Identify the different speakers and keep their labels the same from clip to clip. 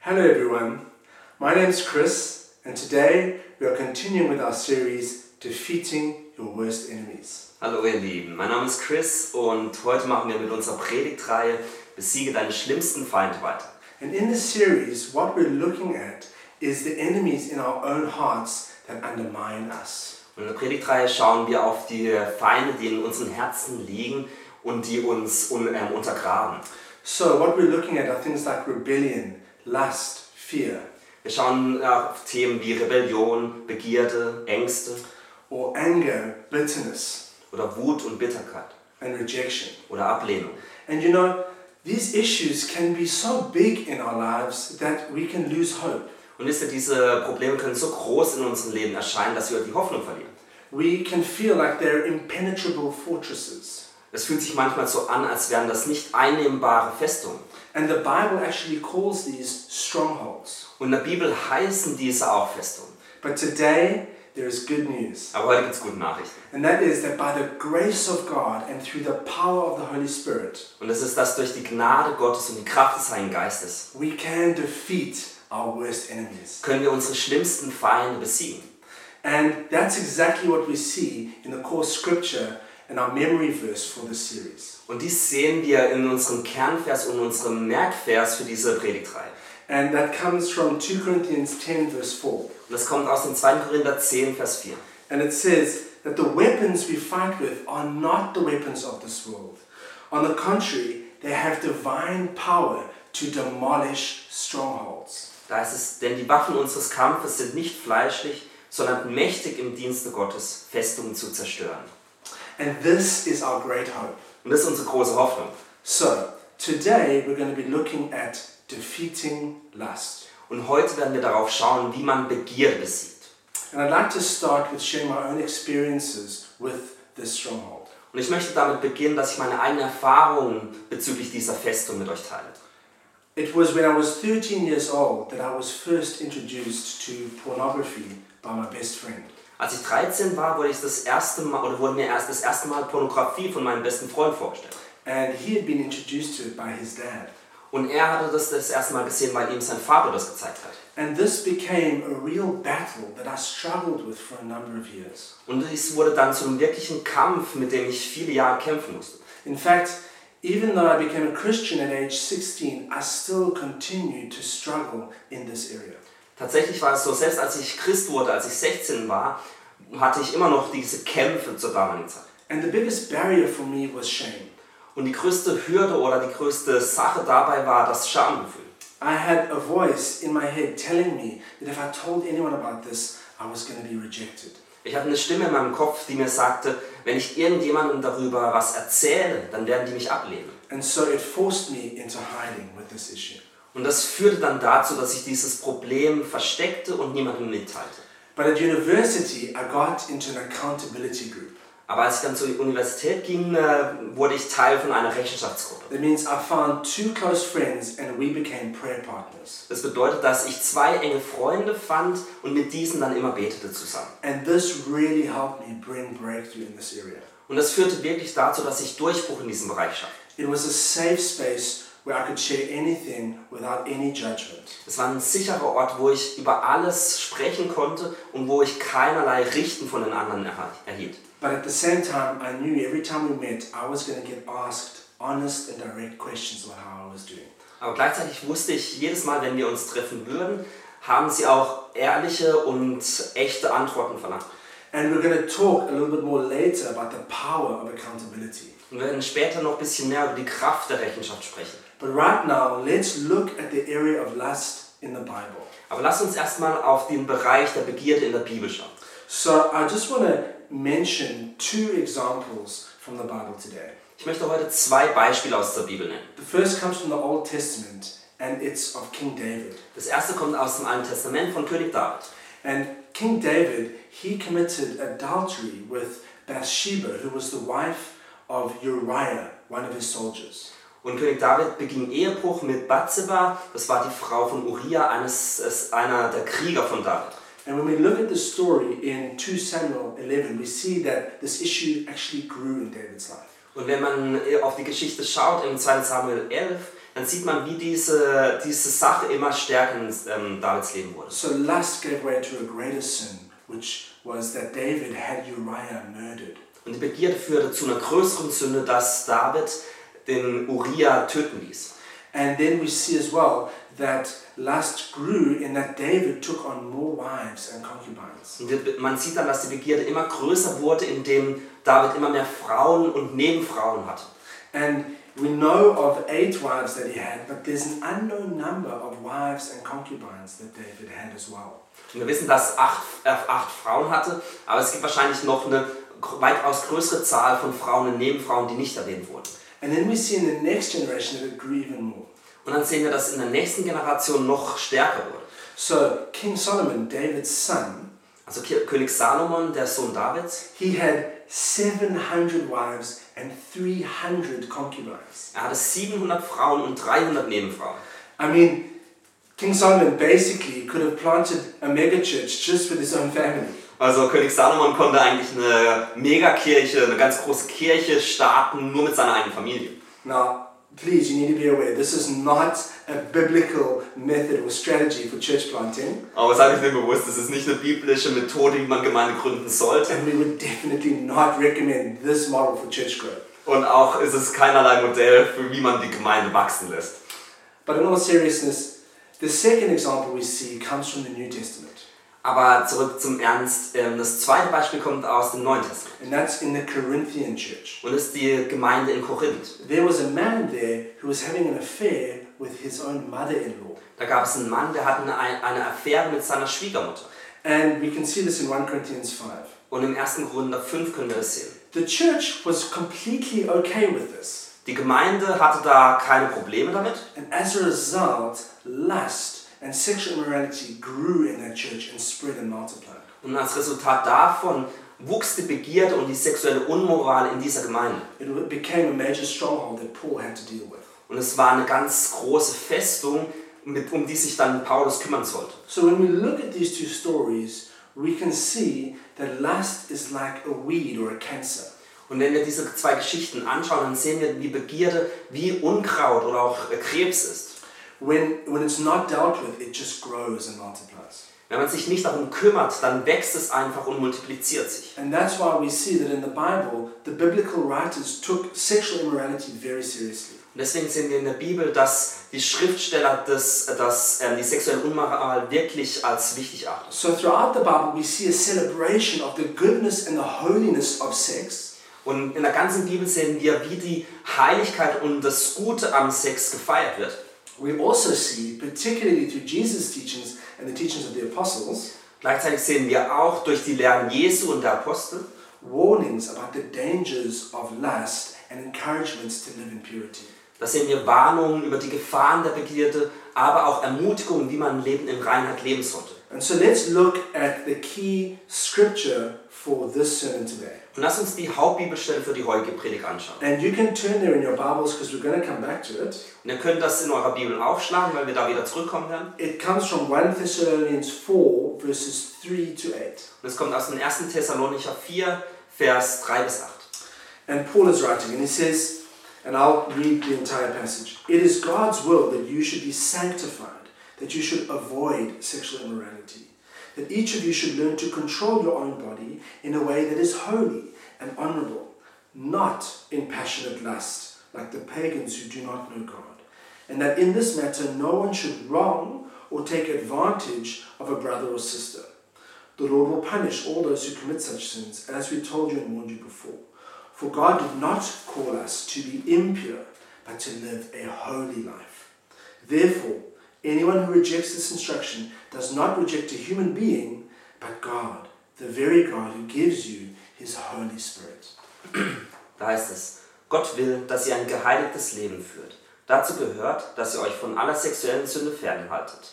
Speaker 1: Hello everyone, my name is Chris, and today we are continuing with our series Defeating Your Worst Enemies.
Speaker 2: Hallo ihr Lieben, mein Name ist Chris und heute machen wir mit unserer Predigtreihe Besiege deinen schlimmsten Feind weiter.
Speaker 1: And in this series, what we're looking at is the enemies in our own hearts that undermine us.
Speaker 2: Und in der Predigtreihe schauen wir auf die Feinde, die in unseren Herzen liegen und die uns un ähm, untergraben.
Speaker 1: So, what we're looking at are things like rebellion, lust, fear,
Speaker 2: Wir schauen äh, auf Themen wie Rebellion, Begierde, Ängste
Speaker 1: or anger, bitterness,
Speaker 2: oder Wut und Bitterkeit
Speaker 1: and rejection.
Speaker 2: oder Ablehnung.
Speaker 1: And you know, these issues can be so big in our lives that we can lose hope.
Speaker 2: Und wisst ihr, diese Probleme können so groß in unserem Leben erscheinen, dass wir die Hoffnung verlieren.
Speaker 1: We can feel like they're impenetrable fortresses.
Speaker 2: Es fühlt sich manchmal so an, als wären das nicht einnehmbare Festungen.
Speaker 1: And the Bible actually calls these strongholds.
Speaker 2: Und in der Bibel heißen diese auch Festungen.
Speaker 1: But today, there is good news.
Speaker 2: Aber heute gibt's gute Nachrichten.
Speaker 1: And that is that by the grace of God and through the power of the Holy Spirit,
Speaker 2: Und das ist, dass durch die Gnade Gottes und die Kraft des Heiligen Geistes
Speaker 1: we can defeat our worst enemies.
Speaker 2: können wir unsere schlimmsten Feinde besiegen.
Speaker 1: And that's exactly what we see in the core scripture and our memory verse for this series.
Speaker 2: Und dies sehen wir in unserem Kernvers und unserem Merkvers für diese Predigtreihe.
Speaker 1: And that comes from 2 Corinthians 10, verse 4.
Speaker 2: Und das kommt aus dem 2. Korinther 10, Vers 4.
Speaker 1: And it says that the weapons we fight with are not the weapons of this world. On the contrary, they have divine power to demolish strongholds.
Speaker 2: Da heißt es, denn die Waffen unseres Kampfes sind nicht fleischlich, sondern mächtig im Dienste Gottes, Festungen zu zerstören.
Speaker 1: And this is our great hope.
Speaker 2: Und das ist unsere große Hoffnung.
Speaker 1: So, today we're going to be looking at defeating lust.
Speaker 2: Und heute werden wir darauf schauen, wie man Begierde besiegt.
Speaker 1: And I'd like to start with sharing my own experiences with this stronghold.
Speaker 2: Und ich möchte damit beginnen, dass ich meine eigenen Erfahrungen bezüglich dieser Festung mit euch teile.
Speaker 1: It was when I was 13 years old that I was first introduced to pornography by my best friend.
Speaker 2: Als ich 13 war, wurde ich das erste Mal oder wurde mir erst das erste Mal Pornografie von meinem besten Freund vorgestellt.
Speaker 1: And he had been introduced to it by his dad.
Speaker 2: Und er hatte das das erste Mal gesehen, weil ihm sein Vater das gezeigt hat.
Speaker 1: And this became a real battle that I struggled with for a number of years.
Speaker 2: Und dies wurde dann zu einem wirklichen Kampf, mit dem ich viele Jahre kämpfen musste.
Speaker 1: In fact, even though I became a Christian at age 16, I still continued to struggle in this area.
Speaker 2: Tatsächlich war es so, selbst als ich Christ wurde, als ich 16 war, hatte ich immer noch diese Kämpfe zur damaligen Zeit.
Speaker 1: And the biggest barrier for me was shame.
Speaker 2: Und die größte Hürde oder die größte Sache dabei war das Schamgefühl.
Speaker 1: I had a voice in my head telling me that if I told anyone about this, I was going to be rejected.
Speaker 2: Ich hatte eine Stimme in meinem Kopf, die mir sagte, wenn ich irgendjemandem darüber was erzähle, dann werden die mich ablehnen.
Speaker 1: And so it forced me into hiding with this issue.
Speaker 2: Und das führte dann dazu, dass ich dieses Problem versteckte und niemandem mitteilte.
Speaker 1: But at university, I got into an accountability group.
Speaker 2: Aber als ich dann zur Universität ging, äh, wurde ich Teil von einer Rechenschaftsgruppe.
Speaker 1: That means I found two close friends and we became prayer partners.
Speaker 2: Das bedeutet, dass ich zwei enge Freunde fand und mit diesen dann immer betete zusammen.
Speaker 1: And this really helped me bring breakthrough in this area.
Speaker 2: Und das führte wirklich dazu, dass ich Durchbruch in diesem Bereich schaffte.
Speaker 1: It was a safe space where I could share anything without any judgment.
Speaker 2: Es war ein sicherer Ort, wo ich über alles sprechen konnte und wo ich keinerlei Richten von den anderen erha- erhielt.
Speaker 1: But at the same time, I knew every time we met, I was going to get asked honest and direct questions about how I was doing.
Speaker 2: Aber gleichzeitig wusste ich, jedes Mal, wenn wir uns treffen würden, haben sie auch ehrliche und echte Antworten verlangt.
Speaker 1: And we're going to talk a little bit more later about the power of accountability.
Speaker 2: Und wir werden später noch ein bisschen mehr über die Kraft der Rechenschaft sprechen.
Speaker 1: But right now, let's look at the area of lust in the Bible.
Speaker 2: Aber lasst uns erstmal auf den Bereich der Begierde in der Bibel schauen.
Speaker 1: So I just want to mention two examples from the Bible today.
Speaker 2: Ich möchte heute zwei Beispiele aus der Bibel nennen.
Speaker 1: The first comes from the Old Testament and it's of King David.
Speaker 2: Das erste kommt aus dem Alten Testament von König David.
Speaker 1: And King David, he committed adultery with Bathsheba, who was the wife of Uriah, one of his soldiers.
Speaker 2: Und König David beging Ehebruch mit Bathseba, das war die Frau von Uriah, eines, es- einer der Krieger von David.
Speaker 1: And when we look at the story in 2 Samuel 11, we see that this issue actually grew in David's life.
Speaker 2: äh, Und wenn man auf die Geschichte schaut, im 2 Samuel 11, dann sieht man, wie diese, diese Sache immer stärker in ähm, Davids Leben wurde.
Speaker 1: So lust gave way to a greater sin, which was that David had Uriah murdered.
Speaker 2: Und die Begierde führte zu einer größeren Sünde, dass David den Uriah töten ließ.
Speaker 1: And then we see as well that lust grew in that David took on more wives and concubines.
Speaker 2: Und die- man sieht dann, dass die Begierde immer größer wurde, indem David immer mehr Frauen und Nebenfrauen hatte.
Speaker 1: And we know of eight wives that he had, but there's an unknown number of wives and concubines that David had as well.
Speaker 2: Und wir wissen, dass acht, äh, acht Frauen hatte, aber es gibt wahrscheinlich noch eine gr- weitaus größere Zahl von Frauen und Nebenfrauen, die nicht erwähnt wurden.
Speaker 1: And then we see in the next generation that it grew even more.
Speaker 2: Und dann sehen wir, dass in der nächsten Generation noch stärker wurde.
Speaker 1: So King Solomon, David's son,
Speaker 2: Also Ki- König Salomon, der Sohn Davids,
Speaker 1: he had 700 wives and 300 concubines.
Speaker 2: er hatte 700 Frauen und 300 Nebenfrauen.
Speaker 1: I mean, King Solomon basically could have planted a megachurch just with his own family.
Speaker 2: Also König Salomon konnte eigentlich eine Megakirche, eine ganz große Kirche starten, nur mit seiner eigenen Familie.
Speaker 1: Now, please, you need to be aware this is not a biblical method or strategy for church planting,
Speaker 2: Aber das habe ich mir bewusst, das ist nicht eine biblische Methode, wie man Gemeinde gründen sollte.
Speaker 1: and we would definitely not recommend this model for church growth.
Speaker 2: Und auch ist es keinerlei Modell, für wie man die Gemeinde wachsen lässt.
Speaker 1: But in all seriousness, the second example we see comes from the New Testament,
Speaker 2: Aber zurück zum Ernst. ähm, Das zweite Beispiel kommt aus dem Neuen Testament
Speaker 1: and that's in the Corinthian church.
Speaker 2: und ist die Gemeinde in Korinth.
Speaker 1: There was a man there who was having an affair with his own mother in law.
Speaker 2: Da gab es einen Mann, der hatte eine, eine Affäre mit seiner Schwiegermutter.
Speaker 1: And we can see this in 1 Corinthians 5.
Speaker 2: Und im 1. Korinther 5 können wir das sehen.
Speaker 1: The church was completely okay with this,
Speaker 2: Die Gemeinde hatte da keine Probleme damit.
Speaker 1: and as a result, lust and sexual immorality grew in that church and spread and multiplied.
Speaker 2: Und als Resultat davon wuchs die Begierde und die sexuelle Unmoral in dieser Gemeinde.
Speaker 1: It became a major stronghold that Paul had to deal with.
Speaker 2: Und es war eine ganz große Festung, mit, um die sich dann Paulus kümmern sollte.
Speaker 1: So when we look at these two stories, we can see that lust is like a weed or a cancer.
Speaker 2: Und wenn wir diese zwei Geschichten anschauen, dann sehen wir, wie Begierde wie Unkraut oder auch äh, Krebs ist.
Speaker 1: When, when it's not dealt with, it just grows and multiplies.
Speaker 2: Wenn man sich nicht darum kümmert, dann wächst es einfach und multipliziert sich.
Speaker 1: And that's why we see that in the Bible, the biblical writers took sexual immorality very seriously.
Speaker 2: Und deswegen sehen wir in der Bibel, dass die Schriftsteller das, dass, ähm, die sexuelle Unmoral wirklich als wichtig achten.
Speaker 1: So throughout the Bible, we see a celebration of the goodness and the holiness of sex,
Speaker 2: Und in der ganzen Bibel sehen wir, wie die Heiligkeit und das Gute am Sex gefeiert wird.
Speaker 1: we also see, particularly through Jesus' teachings and the teachings of the apostles,
Speaker 2: Gleichzeitig sehen wir auch durch die Lehren Jesu und der Apostel
Speaker 1: warnings about the dangers of lust and encouragements to live in purity.
Speaker 2: Da sehen wir Warnungen über die Gefahren der Begierde, aber auch Ermutigungen, wie man ein Leben in Reinheit leben sollte.
Speaker 1: And so let's look at the key scripture for this sermon today.
Speaker 2: Und lass uns die Hauptbibelstelle für die heutige Predigt anschauen.
Speaker 1: And you can turn there in your Bibles because we're going to come back to it.
Speaker 2: Und ihr könnt das in eurer Bibel aufschlagen, weil wir da wieder zurückkommen werden.
Speaker 1: It comes from 1 Thessalonians 4, verses 3 to 8.
Speaker 2: Und es kommt aus dem 1. Thessalonicher 4, Vers 3 bis 8.
Speaker 1: And Paul is writing, and he says, and I'll read the entire passage It is God's will that you should be sanctified, that you should avoid sexual immorality, that each of you should learn to control your own body in a way that is holy and honorable, not in passionate lust, like the pagans who do not know God, and that in this matter no one should wrong or take advantage of a brother or sister. The Lord will punish all those who commit such sins, as we told you and warned you before. For God did not call us to be impure, but to live a holy life. Therefore, anyone who rejects this instruction does not reject a human being, but God, the very God who gives you his Holy Spirit.
Speaker 2: Da heißt es, Gott will, dass ihr ein geheiligtes Leben führt. Dazu gehört, dass ihr euch von aller sexuellen Sünde fernhaltet.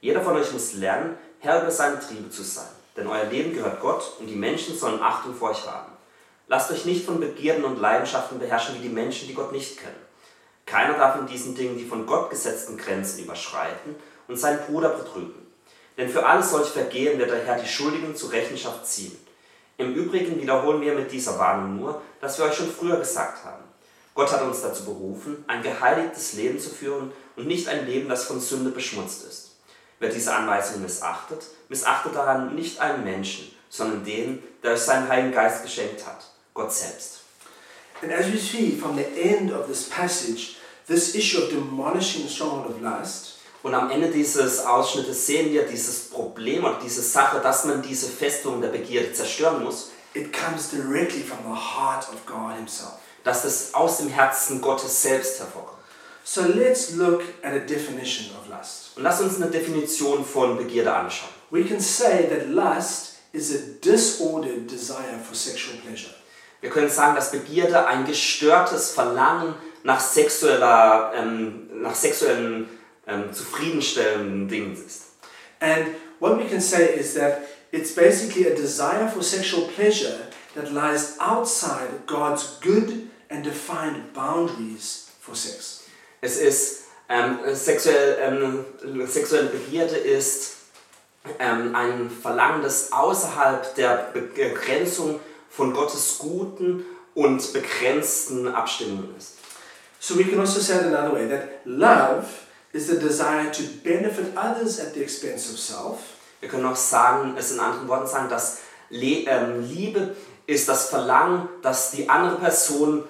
Speaker 2: Jeder von euch muss lernen, Herr über seine Triebe zu sein, denn euer Leben gehört Gott und die Menschen sollen Achtung vor euch haben. Lasst euch nicht von Begierden und Leidenschaften beherrschen wie die Menschen, die Gott nicht kennen. Keiner darf in diesen Dingen die von Gott gesetzten Grenzen überschreiten und seinen Bruder betrügen. Denn für alles solche Vergehen wird der Herr die Schuldigen zur Rechenschaft ziehen. Im Übrigen wiederholen wir mit dieser Warnung nur, dass wir euch schon früher gesagt haben. Gott hat uns dazu berufen, ein geheiligtes Leben zu führen und nicht ein Leben, das von Sünde beschmutzt ist. Wer diese Anweisung missachtet, missachtet daran nicht einen Menschen, sondern den, der euch seinen Heiligen Geist geschenkt hat, Gott selbst.
Speaker 1: And as we see from the end of this passage, this issue of demolishing the stronghold of lust
Speaker 2: Und am Ende dieses Ausschnittes sehen wir dieses Problem oder diese Sache, dass man diese Festung der Begierde zerstören muss,
Speaker 1: it comes directly from the heart of God Himself.
Speaker 2: dass das aus dem Herzen Gottes selbst hervorkommt.
Speaker 1: So let's look at a definition of lust.
Speaker 2: Und lasst uns eine Definition von Begierde anschauen.
Speaker 1: We can say that lust is a disordered desire for sexual pleasure.
Speaker 2: Wir können sagen, dass Begierde ein gestörtes Verlangen nach sexueller, ähm, nach sexuellen ähm, zufriedenstellenden Dingen ist.
Speaker 1: And what we can say is that it's basically a desire for sexual pleasure that lies outside God's good and defined boundaries for sex.
Speaker 2: Es ist ähm, sexuell, ähm, sexuelle Begierde ist ähm, ein Verlangen, das außerhalb der Begrenzung von Gottes guten und begrenzten Abstimmungen ist.
Speaker 1: So we can also say it another way that love is the desire to benefit others at the expense of self,
Speaker 2: Wir können auch sagen, es in anderen Worten sagen, dass Le ähm, Liebe ist das Verlangen, dass die andere Person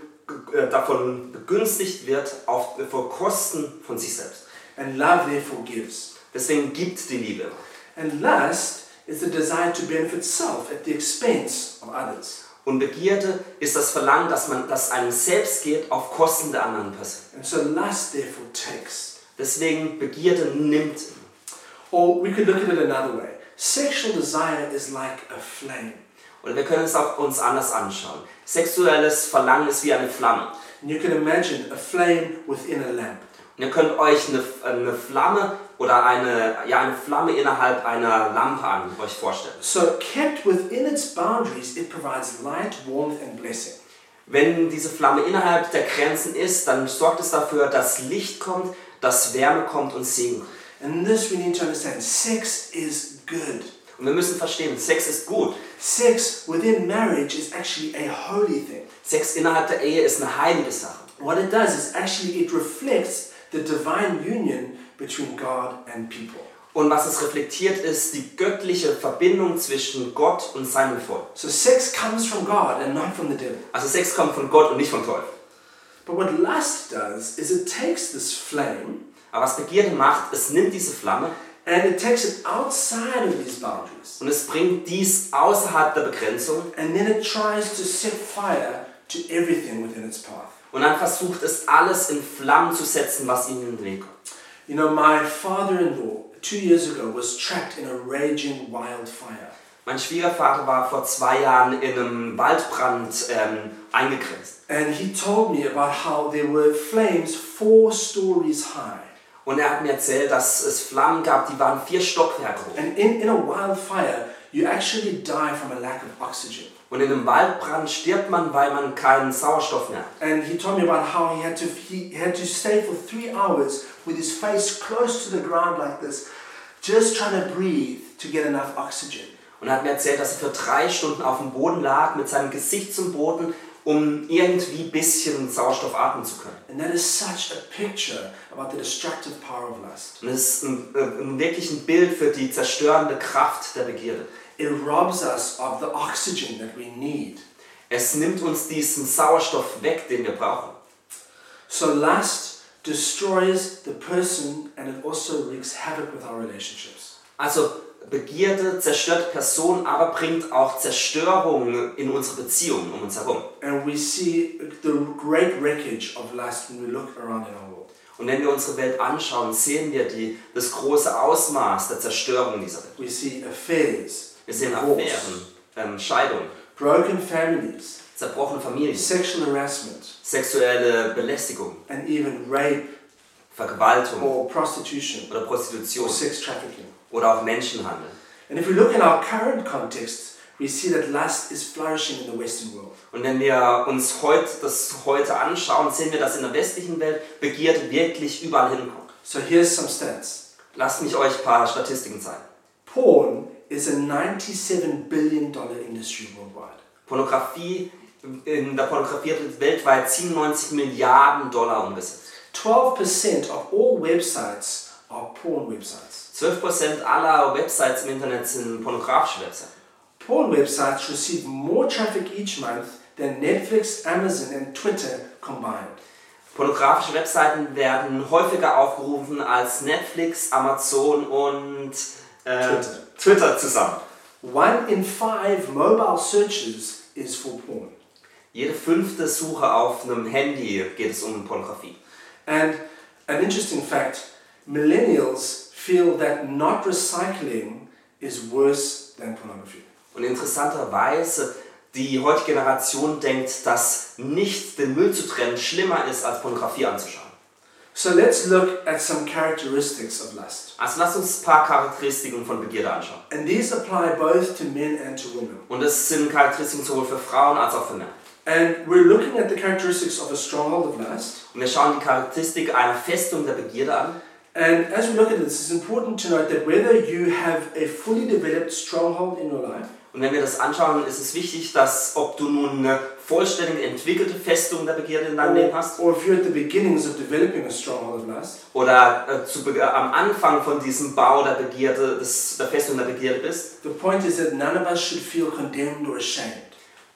Speaker 2: äh, davon begünstigt wird, auf, vor Kosten von sich selbst.
Speaker 1: and love therefore gives.
Speaker 2: Deswegen gibt die Liebe.
Speaker 1: And lust is the desire to benefit self at the expense of others.
Speaker 2: Und Begierde ist das Verlangen, dass man das einem selbst geht, auf Kosten der anderen Person.
Speaker 1: And so lust therefore takes.
Speaker 2: Deswegen Begierde nimmt.
Speaker 1: Or we could look at it another way. Sexual desire is like a flame.
Speaker 2: Oder wir können es auch uns anders anschauen. Sexuelles Verlangen ist wie eine Flamme.
Speaker 1: And you can imagine a flame within a lamp.
Speaker 2: Und ihr könnt euch eine, eine Flamme oder eine, ja, eine Flamme innerhalb einer Lampe an euch vorstellen.
Speaker 1: So, kept within its boundaries, it provides light, warmth, and blessing.
Speaker 2: Wenn diese Flamme innerhalb der Grenzen ist, dann sorgt es dafür, dass Licht kommt, dass Wärme kommt und Segen. kommt.
Speaker 1: And this we need to understand sex is good.
Speaker 2: Und wir müssen verstehen, Sex ist gut.
Speaker 1: Sex within marriage is actually a holy thing.
Speaker 2: Sex innerhalb der Ehe ist eine heilige Sache.
Speaker 1: What it does is actually it reflects the divine union between God and people.
Speaker 2: Und was es reflektiert, ist die göttliche Verbindung zwischen Gott und seinem Volk.
Speaker 1: So, sex comes from God and not from the devil.
Speaker 2: Also Sex kommt von Gott und nicht vom Teufel.
Speaker 1: But what lust does is it takes this flame
Speaker 2: Aber was Begierde macht, es nimmt diese Flamme
Speaker 1: and it takes it outside of these boundaries.
Speaker 2: und es bringt dies außerhalb der Begrenzung
Speaker 1: And then it tries to set fire to everything within its path.
Speaker 2: und dann versucht es alles in Flammen zu setzen, was ihnen in den Weg kommt.
Speaker 1: You know, my father in law two years ago was trapped in a raging wildfire.
Speaker 2: Mein Schwiegervater war vor zwei Jahren in einem Waldbrand ähm, eingegrenzt.
Speaker 1: And he told me about how there were flames four stories high.
Speaker 2: Und er hat mir erzählt, dass es Flammen gab, die waren vier Stockwerke hoch.
Speaker 1: And in, in a wildfire, you actually die from a lack of oxygen.
Speaker 2: Und in einem Waldbrand stirbt man, weil man keinen Sauerstoff mehr hat.
Speaker 1: And he told me about how he had to he had to stay for three hours with his face close to the ground like this, just trying to breathe to get enough oxygen.
Speaker 2: Und er hat mir erzählt, dass er für drei Stunden auf dem Boden lag, mit seinem Gesicht zum Boden, um irgendwie ein bisschen Sauerstoff atmen zu können.
Speaker 1: And that is such a picture about the destructive power of lust.
Speaker 2: Und es ist ein, äh, ein, wirklich ein Bild für die zerstörende Kraft der Begierde.
Speaker 1: It robs us of the oxygen that we need.
Speaker 2: Es nimmt uns diesen Sauerstoff weg, den wir brauchen.
Speaker 1: So lust destroys the person and it also wreaks havoc with our relationships.
Speaker 2: Also Begierde zerstört Personen, aber bringt auch Zerstörung in unsere Beziehungen um uns herum.
Speaker 1: And we see the great wreckage of lust when we look around in our world.
Speaker 2: Und wenn wir unsere Welt anschauen, sehen wir die, das große Ausmaß der Zerstörung dieser Welt.
Speaker 1: We see affairs,
Speaker 2: Wir sehen
Speaker 1: divorce,
Speaker 2: Affären, ähm, Scheidungen,
Speaker 1: broken families,
Speaker 2: zerbrochene Familien,
Speaker 1: sexual harassment,
Speaker 2: sexuelle Belästigung,
Speaker 1: and even rape
Speaker 2: Vergewaltigung
Speaker 1: or prostitution
Speaker 2: oder
Speaker 1: or
Speaker 2: Prostitution
Speaker 1: sex trafficking.
Speaker 2: oder auch Menschenhandel.
Speaker 1: And if we look in our current context, we see that lust is flourishing in the Western world.
Speaker 2: Und wenn wir uns heute, das heute anschauen, sehen wir, dass in der westlichen Welt Begierde wirklich überall hinkommt.
Speaker 1: So here's some stats
Speaker 2: Lasst mich euch ein paar Statistiken zeigen.
Speaker 1: porn is a $97 billion industry worldwide.
Speaker 2: Pornografie in der Pornografie wird weltweit 97 Milliarden Dollar umgesetzt.
Speaker 1: 12% of all websites are porn websites.
Speaker 2: 12% aller Websites im Internet sind pornografische Websites.
Speaker 1: Porn websites receive more traffic each month than Netflix, Amazon, and Twitter combined.
Speaker 2: Pornografische Webseiten werden häufiger aufgerufen als Netflix, Amazon und äh,
Speaker 1: Twitter.
Speaker 2: Twitter zusammen.
Speaker 1: One in five mobile searches is for porn.
Speaker 2: Jede fünfte Suche auf einem Handy geht es um Pornografie.
Speaker 1: And an interesting fact millennials feel that not recycling is worse than pornography.
Speaker 2: Und interessanterweise, die heutige Generation denkt, dass nicht den Müll zu trennen schlimmer ist, als Pornografie anzuschauen.
Speaker 1: So let's look at some characteristics of lust.
Speaker 2: Also lasst uns ein paar Charakteristiken von Begierde anschauen.
Speaker 1: And these apply both to men and to women.
Speaker 2: Und das sind Charakteristiken sowohl für Frauen als auch für Männer.
Speaker 1: And we're looking at the characteristics of a stronghold of lust.
Speaker 2: Und wir schauen die Charakteristik einer Festung der Begierde an.
Speaker 1: And as we look at this, it's important to note that whether you have a fully developed stronghold in your life
Speaker 2: Und wenn wir das anschauen, ist es wichtig, dass ob du nun eine vollständig entwickelte Festung der Begierde in deinem Leben hast
Speaker 1: or if you're at the beginnings of developing a stronghold of lust,
Speaker 2: oder äh, zu, Be- äh, am Anfang von diesem Bau der Begierde, des, der Festung der Begierde bist,
Speaker 1: the point is that none of us should feel condemned or ashamed.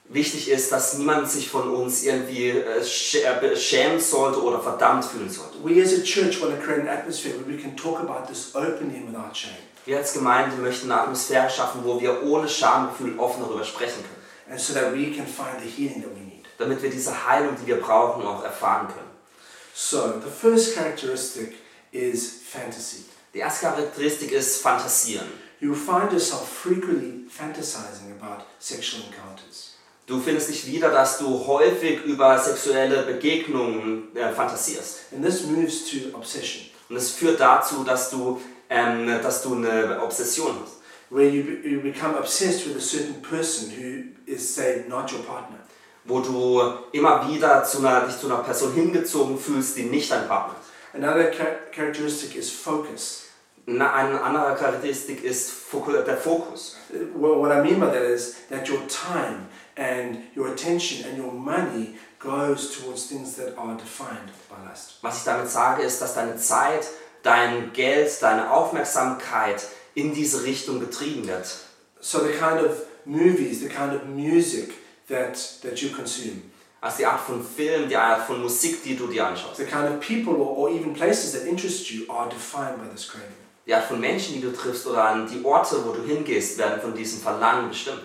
Speaker 2: wichtig ist, dass niemand sich von uns irgendwie äh, schä- äh, be- schämen sollte oder verdammt fühlen sollte.
Speaker 1: We as a church want to create an atmosphere where we can talk about this openly and without shame.
Speaker 2: Wir als Gemeinde möchten eine Atmosphäre schaffen, wo wir ohne Schamgefühl offen darüber sprechen können,
Speaker 1: And so that we can find the healing that we need.
Speaker 2: damit wir diese Heilung, die wir brauchen, auch erfahren können.
Speaker 1: So, the first characteristic is fantasy.
Speaker 2: Die erste Charakteristik ist Fantasieren.
Speaker 1: You will find yourself frequently fantasizing about sexual encounters.
Speaker 2: Du findest dich wieder, dass du häufig über sexuelle Begegnungen äh, fantasierst.
Speaker 1: And this moves to obsession,
Speaker 2: Und es führt dazu, dass du, ähm, dass du eine Obsession hast.
Speaker 1: where you, be- you become obsessed with a certain person who is, say, not your partner.
Speaker 2: Wo du immer wieder zu einer, dich zu einer Person hingezogen fühlst, die nicht dein Partner ist.
Speaker 1: Another char- characteristic is focus.
Speaker 2: Na, Eine andere Charakteristik ist Foku- der Fokus.
Speaker 1: Uh, wh- What I mean by that is that your time and your attention and your money goes towards things that are defined by lust.
Speaker 2: Was ich damit sage, ist, dass deine Zeit, dein Geld, deine Aufmerksamkeit in diese Richtung getrieben wird.
Speaker 1: So the kind of movies, the kind of music that, that you consume,
Speaker 2: Also die Art von Film, die Art von Musik, die du dir anschaust.
Speaker 1: the kind of people or, or even places that interest you are defined by this craving.
Speaker 2: Die Art von Menschen, die du triffst oder an die Orte, wo du hingehst, werden von diesem Verlangen bestimmt.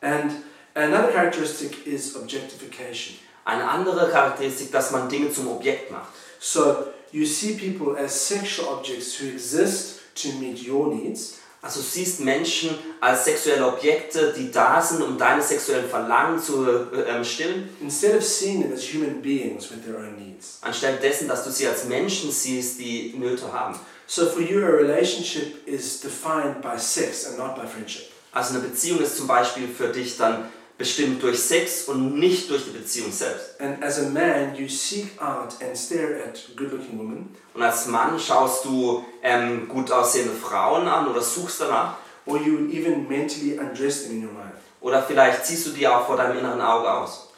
Speaker 1: And another characteristic is objectification.
Speaker 2: Eine andere Charakteristik, dass man Dinge zum Objekt macht.
Speaker 1: So you see people as sexual objects who exist to meet your needs,
Speaker 2: Also du siehst Menschen als sexuelle Objekte, die da sind, um deine sexuellen Verlangen zu äh, ähm, stillen.
Speaker 1: instead of seeing them as human beings with their own needs.
Speaker 2: anstelle dessen, dass du sie als Menschen siehst, die Nöte haben.
Speaker 1: So for you, a relationship is defined by sex and not by friendship.
Speaker 2: Also eine Beziehung ist zum Beispiel für dich dann bestimmt durch Sex und nicht durch die Beziehung selbst.
Speaker 1: And as a man, you seek out and stare at good looking women,
Speaker 2: Und als Mann schaust du ähm, gut aussehende Frauen an oder suchst danach.
Speaker 1: or you even mentally undress them in your mind.
Speaker 2: Oder vielleicht ziehst du die auch vor deinem inneren Auge aus.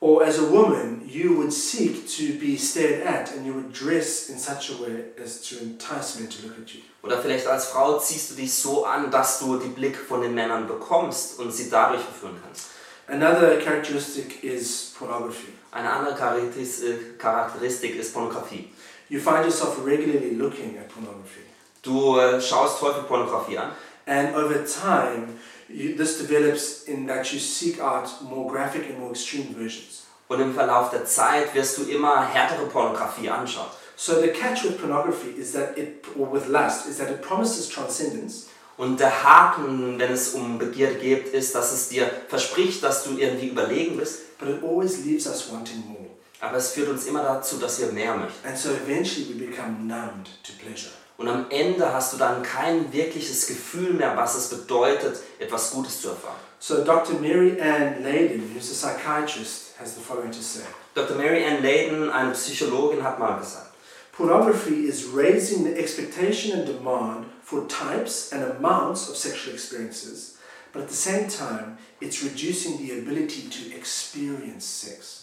Speaker 1: Or as a woman, you would seek to be stared at and you would dress in such a way as to entice men to look at you.
Speaker 2: Oder vielleicht als Frau ziehst du dich so an, dass du die Blick von den Männern bekommst und sie dadurch verführen kannst.
Speaker 1: Another characteristic is pornography.
Speaker 2: Eine andere Charakteris- äh, Charakteristik ist Pornografie.
Speaker 1: You find yourself regularly looking at pornography.
Speaker 2: Du äh, schaust häufig Pornografie an
Speaker 1: And over time, you, this develops in that you seek out more graphic and more extreme versions.
Speaker 2: Und im Verlauf der Zeit wirst du immer härtere Pornografie anschauen.
Speaker 1: So the catch with pornography is that it, or with lust, is that it promises transcendence,
Speaker 2: Und der Haken, wenn es um Begierde geht, ist, dass es dir verspricht, dass du irgendwie überlegen bist,
Speaker 1: but it always leaves us wanting more.
Speaker 2: aber es führt uns immer dazu, dass wir mehr möchten.
Speaker 1: And so eventually we become numbed to pleasure.
Speaker 2: Und am Ende hast du dann kein wirkliches Gefühl mehr, was es bedeutet, etwas Gutes zu erfahren.
Speaker 1: So Dr. Mary Ann Layden, who's a psychiatrist, has the following to say.
Speaker 2: Dr. Mary Ann Layden, eine Psychologin, hat mal gesagt,
Speaker 1: Pornography is raising the expectation and demand for types and amounts of sexual experiences, But at the same time, it's reducing the ability to experience sex.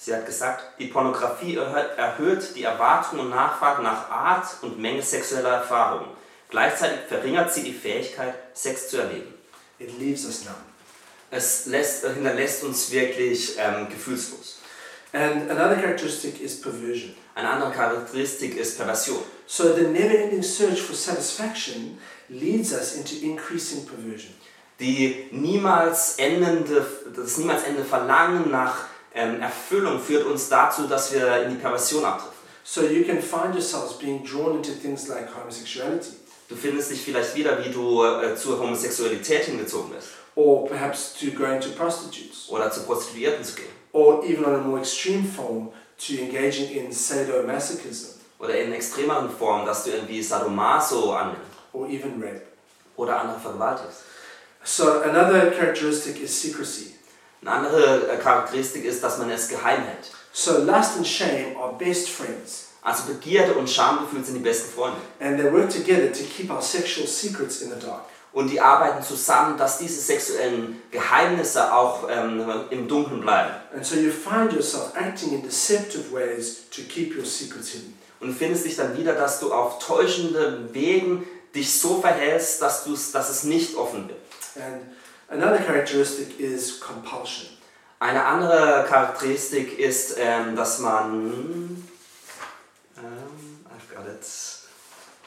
Speaker 2: Sie hat gesagt, die Pornografie erhö- erhöht die Erwartung und Nachfrage nach Art und Menge sexueller Erfahrungen. Gleichzeitig verringert sie die Fähigkeit, Sex zu erleben.
Speaker 1: It leaves us numb.
Speaker 2: Es lässt, äh, hinterlässt uns wirklich ähm, gefühlslos.
Speaker 1: And another characteristic is perversion.
Speaker 2: Eine andere Charakteristik ist Perversion.
Speaker 1: So the never-ending search for satisfaction leads us into increasing perversion.
Speaker 2: Die niemals endende, das niemals endende Verlangen nach ähm, Erfüllung führt uns dazu, dass wir in die Perversion abdriften.
Speaker 1: So you can find yourselves being drawn into things like homosexuality,
Speaker 2: Du findest dich vielleicht wieder, wie du äh, zur Homosexualität hingezogen bist
Speaker 1: or perhaps to going to prostitutes,
Speaker 2: oder zu Prostituierten zu gehen
Speaker 1: or even on a more extreme form, to engaging in sadomasochism
Speaker 2: oder in extremeren Formen, dass du irgendwie Sadomaso annimmst
Speaker 1: or even rape.
Speaker 2: oder andere vergewaltigst.
Speaker 1: So another characteristic is secrecy.
Speaker 2: Eine andere äh, Charakteristik ist, dass man es geheim hält.
Speaker 1: So lust and shame are best friends,
Speaker 2: Also Begierde und Schamgefühl sind die besten Freunde.
Speaker 1: and they work together to keep our sexual secrets in the dark.
Speaker 2: Und die arbeiten zusammen, dass diese sexuellen Geheimnisse auch ähm, im Dunkeln bleiben.
Speaker 1: And so you find yourself acting in deceptive ways to keep your secrets hidden.
Speaker 2: Und du findest dich dann wieder, dass du auf täuschenden Wegen dich so verhältst, dass, du's, dass es nicht offen wird.
Speaker 1: And another characteristic is compulsion.
Speaker 2: Eine andere Charakteristik ist, ähm, dass man. Ähm, I've got it.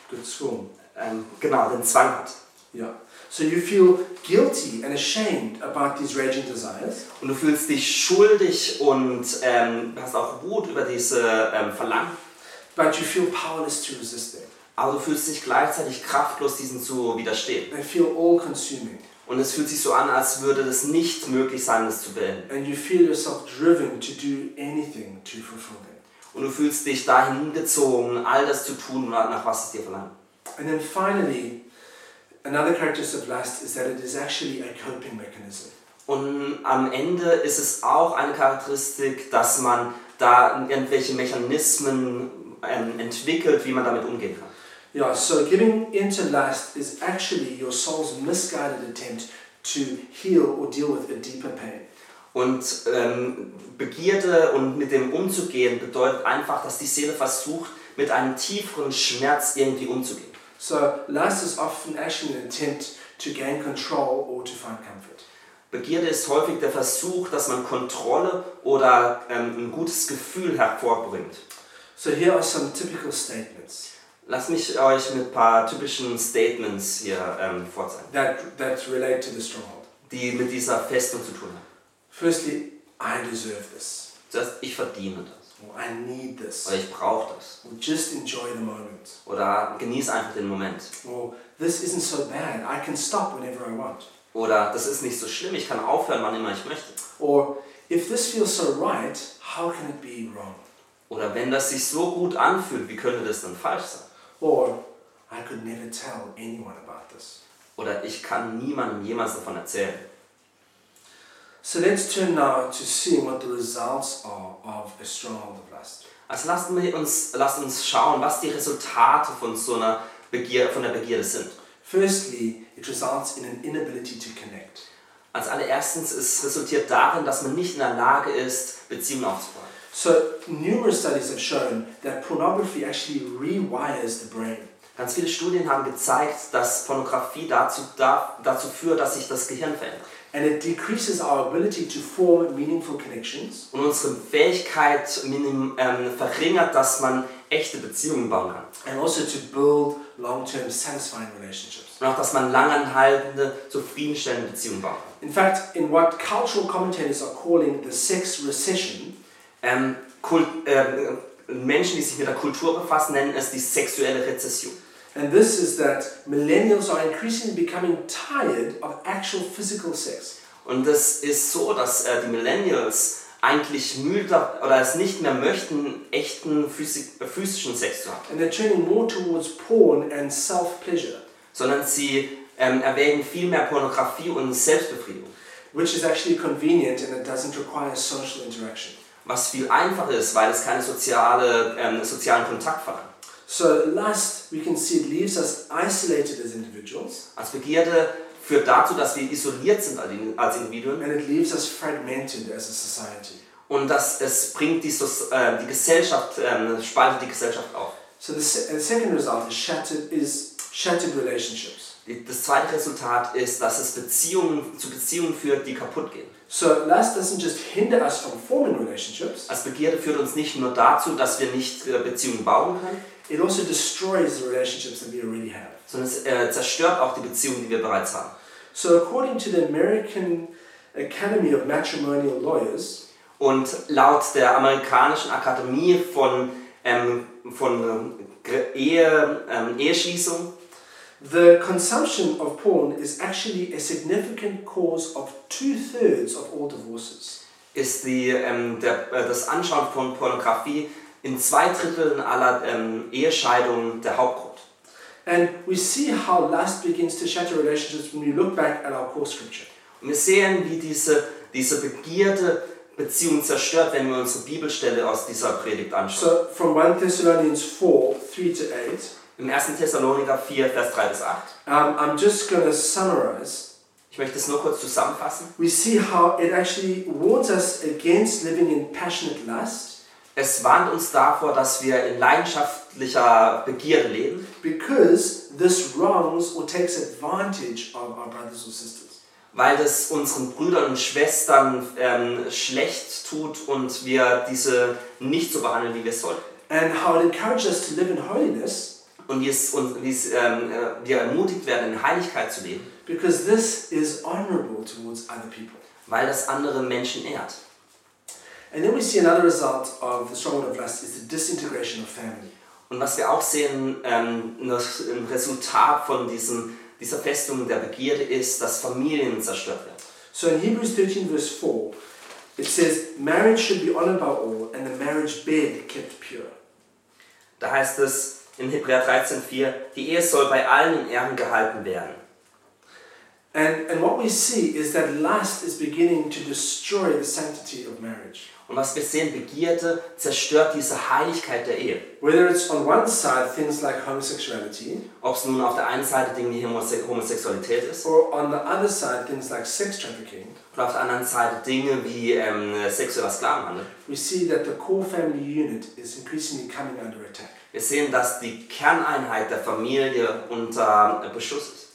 Speaker 1: Good school.
Speaker 2: Ähm, genau, den Zwang hat.
Speaker 1: Yeah. So you feel guilty and ashamed about these raging desires,
Speaker 2: Und du fühlst dich schuldig und ähm, hast auch Wut über diese ähm, Verlangen,
Speaker 1: but you feel powerless to resist them.
Speaker 2: aber du fühlst dich gleichzeitig kraftlos, diesen zu widerstehen.
Speaker 1: They feel all consuming,
Speaker 2: Und es fühlt sich so an, als würde es nicht möglich sein, es zu beenden.
Speaker 1: and you feel yourself driven to do anything to fulfill them.
Speaker 2: Und du fühlst dich dahin gezogen, all das zu tun, nach was es dir verlangt.
Speaker 1: And then finally, another characteristic of lust is that it is actually a coping mechanism.
Speaker 2: Und am Ende ist es auch eine Charakteristik, dass man da irgendwelche Mechanismen ähm, entwickelt, wie man damit umgehen kann.
Speaker 1: Yeah, so giving into lust is actually your soul's misguided attempt to heal or deal with a deeper pain.
Speaker 2: Und ähm, Begierde und mit dem umzugehen bedeutet einfach, dass die Seele versucht, mit einem tieferen Schmerz irgendwie umzugehen.
Speaker 1: So lust is often actually an attempt to gain control or to find comfort.
Speaker 2: Begierde ist häufig der Versuch, dass man Kontrolle oder ähm, ein gutes Gefühl hervorbringt.
Speaker 1: So here are some typical statements
Speaker 2: Lass mich euch mit ein paar typischen Statements hier ähm, vorzeigen,
Speaker 1: that, that relate to the stronghold.
Speaker 2: die mit dieser Festung zu tun haben.
Speaker 1: Firstly, I deserve this,
Speaker 2: Zuerst, ich verdiene das.
Speaker 1: or I need this,
Speaker 2: Oder ich brauche das.
Speaker 1: or just enjoy the moment,
Speaker 2: Oder genieß einfach den Moment.
Speaker 1: or this isn't so bad, I can stop whenever I want,
Speaker 2: Oder das ist nicht so schlimm, ich kann aufhören, wann immer ich möchte.
Speaker 1: or if this feels so right, how can it be wrong?
Speaker 2: Oder wenn das sich so gut anfühlt, wie könnte das dann falsch sein?
Speaker 1: Or, I could never tell anyone about this.
Speaker 2: Oder ich kann niemandem jemals davon erzählen.
Speaker 1: So let's turn now to seeing what the results are of a stronghold of lust.
Speaker 2: Also lasst mir- uns, lasst uns schauen, was die Resultate von so einer Begier, von der Begierde sind.
Speaker 1: Firstly, it results in an inability to connect.
Speaker 2: Als allererstens, es resultiert darin, dass man nicht in der Lage ist, Beziehungen aufzubauen.
Speaker 1: So, numerous studies have shown that pornography actually rewires the brain.
Speaker 2: Ganz viele Studien haben gezeigt, dass Pornografie dazu, da, dazu führt, dass sich das Gehirn verändert.
Speaker 1: And it decreases our ability to form meaningful connections,
Speaker 2: Und unsere Fähigkeit minim, ähm, verringert, dass man echte Beziehungen bauen kann.
Speaker 1: and also to build long term satisfying relationships.
Speaker 2: Und auch, dass man langanhaltende, zufriedenstellende Beziehungen bauen kann.
Speaker 1: In fact, in what cultural commentators are calling the sex recession,
Speaker 2: Ähm, Kult, ähm, Menschen, die sich mit der Kultur befassen, nennen es die sexuelle Rezession.
Speaker 1: And this is that millennials are increasingly becoming tired of actual physical sex.
Speaker 2: Und es ist so, dass äh, die Millennials eigentlich müde oder es nicht mehr möchten, echten physi- äh, physischen Sex zu haben.
Speaker 1: And they're turning more towards porn and self pleasure,
Speaker 2: sondern sie ähm, erwägen viel mehr Pornografie und Selbstbefriedigung,
Speaker 1: which is actually convenient and it doesn't require social interaction.
Speaker 2: was viel einfacher ist, weil es keine soziale, ähm, sozialen Kontakt verlangt.
Speaker 1: So, lust, we can see, it leaves us isolated as individuals,
Speaker 2: Als Begierde führt dazu, dass wir isoliert sind als Indi- als Individuen
Speaker 1: and it leaves us fragmented as a society.
Speaker 2: und dass es bringt die, Sos- äh, die Gesellschaft, ähm, spaltet die Gesellschaft auf.
Speaker 1: So the, se- the second result is shattered, is shattered relationships.
Speaker 2: Die- Das zweite Resultat ist, dass es Beziehungen zu Beziehungen führt, die kaputt gehen.
Speaker 1: So lust doesn't just hinder us from forming relationships,
Speaker 2: Als Begierde führt uns nicht nur dazu, dass wir nicht äh, Beziehungen bauen können,
Speaker 1: it also destroys the relationships that we already have.
Speaker 2: sondern es äh, zerstört auch die Beziehungen, die wir bereits haben.
Speaker 1: So according to the American Academy of Matrimonial Lawyers,
Speaker 2: Und laut der amerikanischen Akademie von, ähm, von ähm, Gr- Ehe, ähm, Eheschließung
Speaker 1: the consumption of porn is actually a significant cause of two-thirds of all divorces.
Speaker 2: ist die, ähm, der, äh, das Anschauen von Pornografie in zwei Dritteln aller ähm, Ehescheidungen der Hauptgrund.
Speaker 1: And we see how lust begins to shatter relationships when we look back at our core scripture.
Speaker 2: Und wir sehen, wie diese, diese Begierde Beziehungen zerstört, wenn wir unsere Bibelstelle aus dieser Predigt anschauen.
Speaker 1: So from 1 Thessalonians 4, 3 to 8,
Speaker 2: Im 1. Thessaloniker 4, Vers 3 bis 8.
Speaker 1: um, I'm just going to summarize.
Speaker 2: Ich möchte es nur kurz zusammenfassen.
Speaker 1: We see how it actually warns us against living in passionate lust
Speaker 2: Es warnt uns davor, dass wir in leidenschaftlicher Begierde leben,
Speaker 1: because this wrongs or takes advantage of our brothers or sisters.
Speaker 2: weil das unseren Brüdern und Schwestern ähm, schlecht tut und wir diese nicht so behandeln, wie wir es sollten.
Speaker 1: And how it encourages us to live in holiness
Speaker 2: Und wie, es, und wie es, ähm, äh, wir ermutigt werden, in Heiligkeit zu leben,
Speaker 1: because this is honorable towards other people.
Speaker 2: weil das andere Menschen ehrt.
Speaker 1: And then we see another result of the stronghold of lust is the disintegration of family.
Speaker 2: Und was wir auch sehen, ähm, das ein Resultat von diesem, dieser Festung der Begierde ist, dass Familien zerstört werden.
Speaker 1: So in Hebrews 13, verse 4, it says, Marriage should be honored by all, and the marriage bed kept pure.
Speaker 2: Da heißt es in Hebräer 13,4, die Ehe soll bei allen in Ehren gehalten werden.
Speaker 1: And, and what we see is that lust is beginning to destroy the sanctity of marriage.
Speaker 2: Und was wir sehen, Begierde zerstört diese Heiligkeit der Ehe.
Speaker 1: Whether it's on one side things like homosexuality,
Speaker 2: Ob es nun auf der einen Seite Dinge wie Homose Homosexualität ist
Speaker 1: or on the other side things like sex trafficking,
Speaker 2: oder auf der anderen Seite Dinge wie ähm, sexueller Sklavenhandel.
Speaker 1: we see that the core family unit is increasingly coming under attack.
Speaker 2: Wir sehen, dass die Kerneinheit der Familie unter äh, Beschuss ist.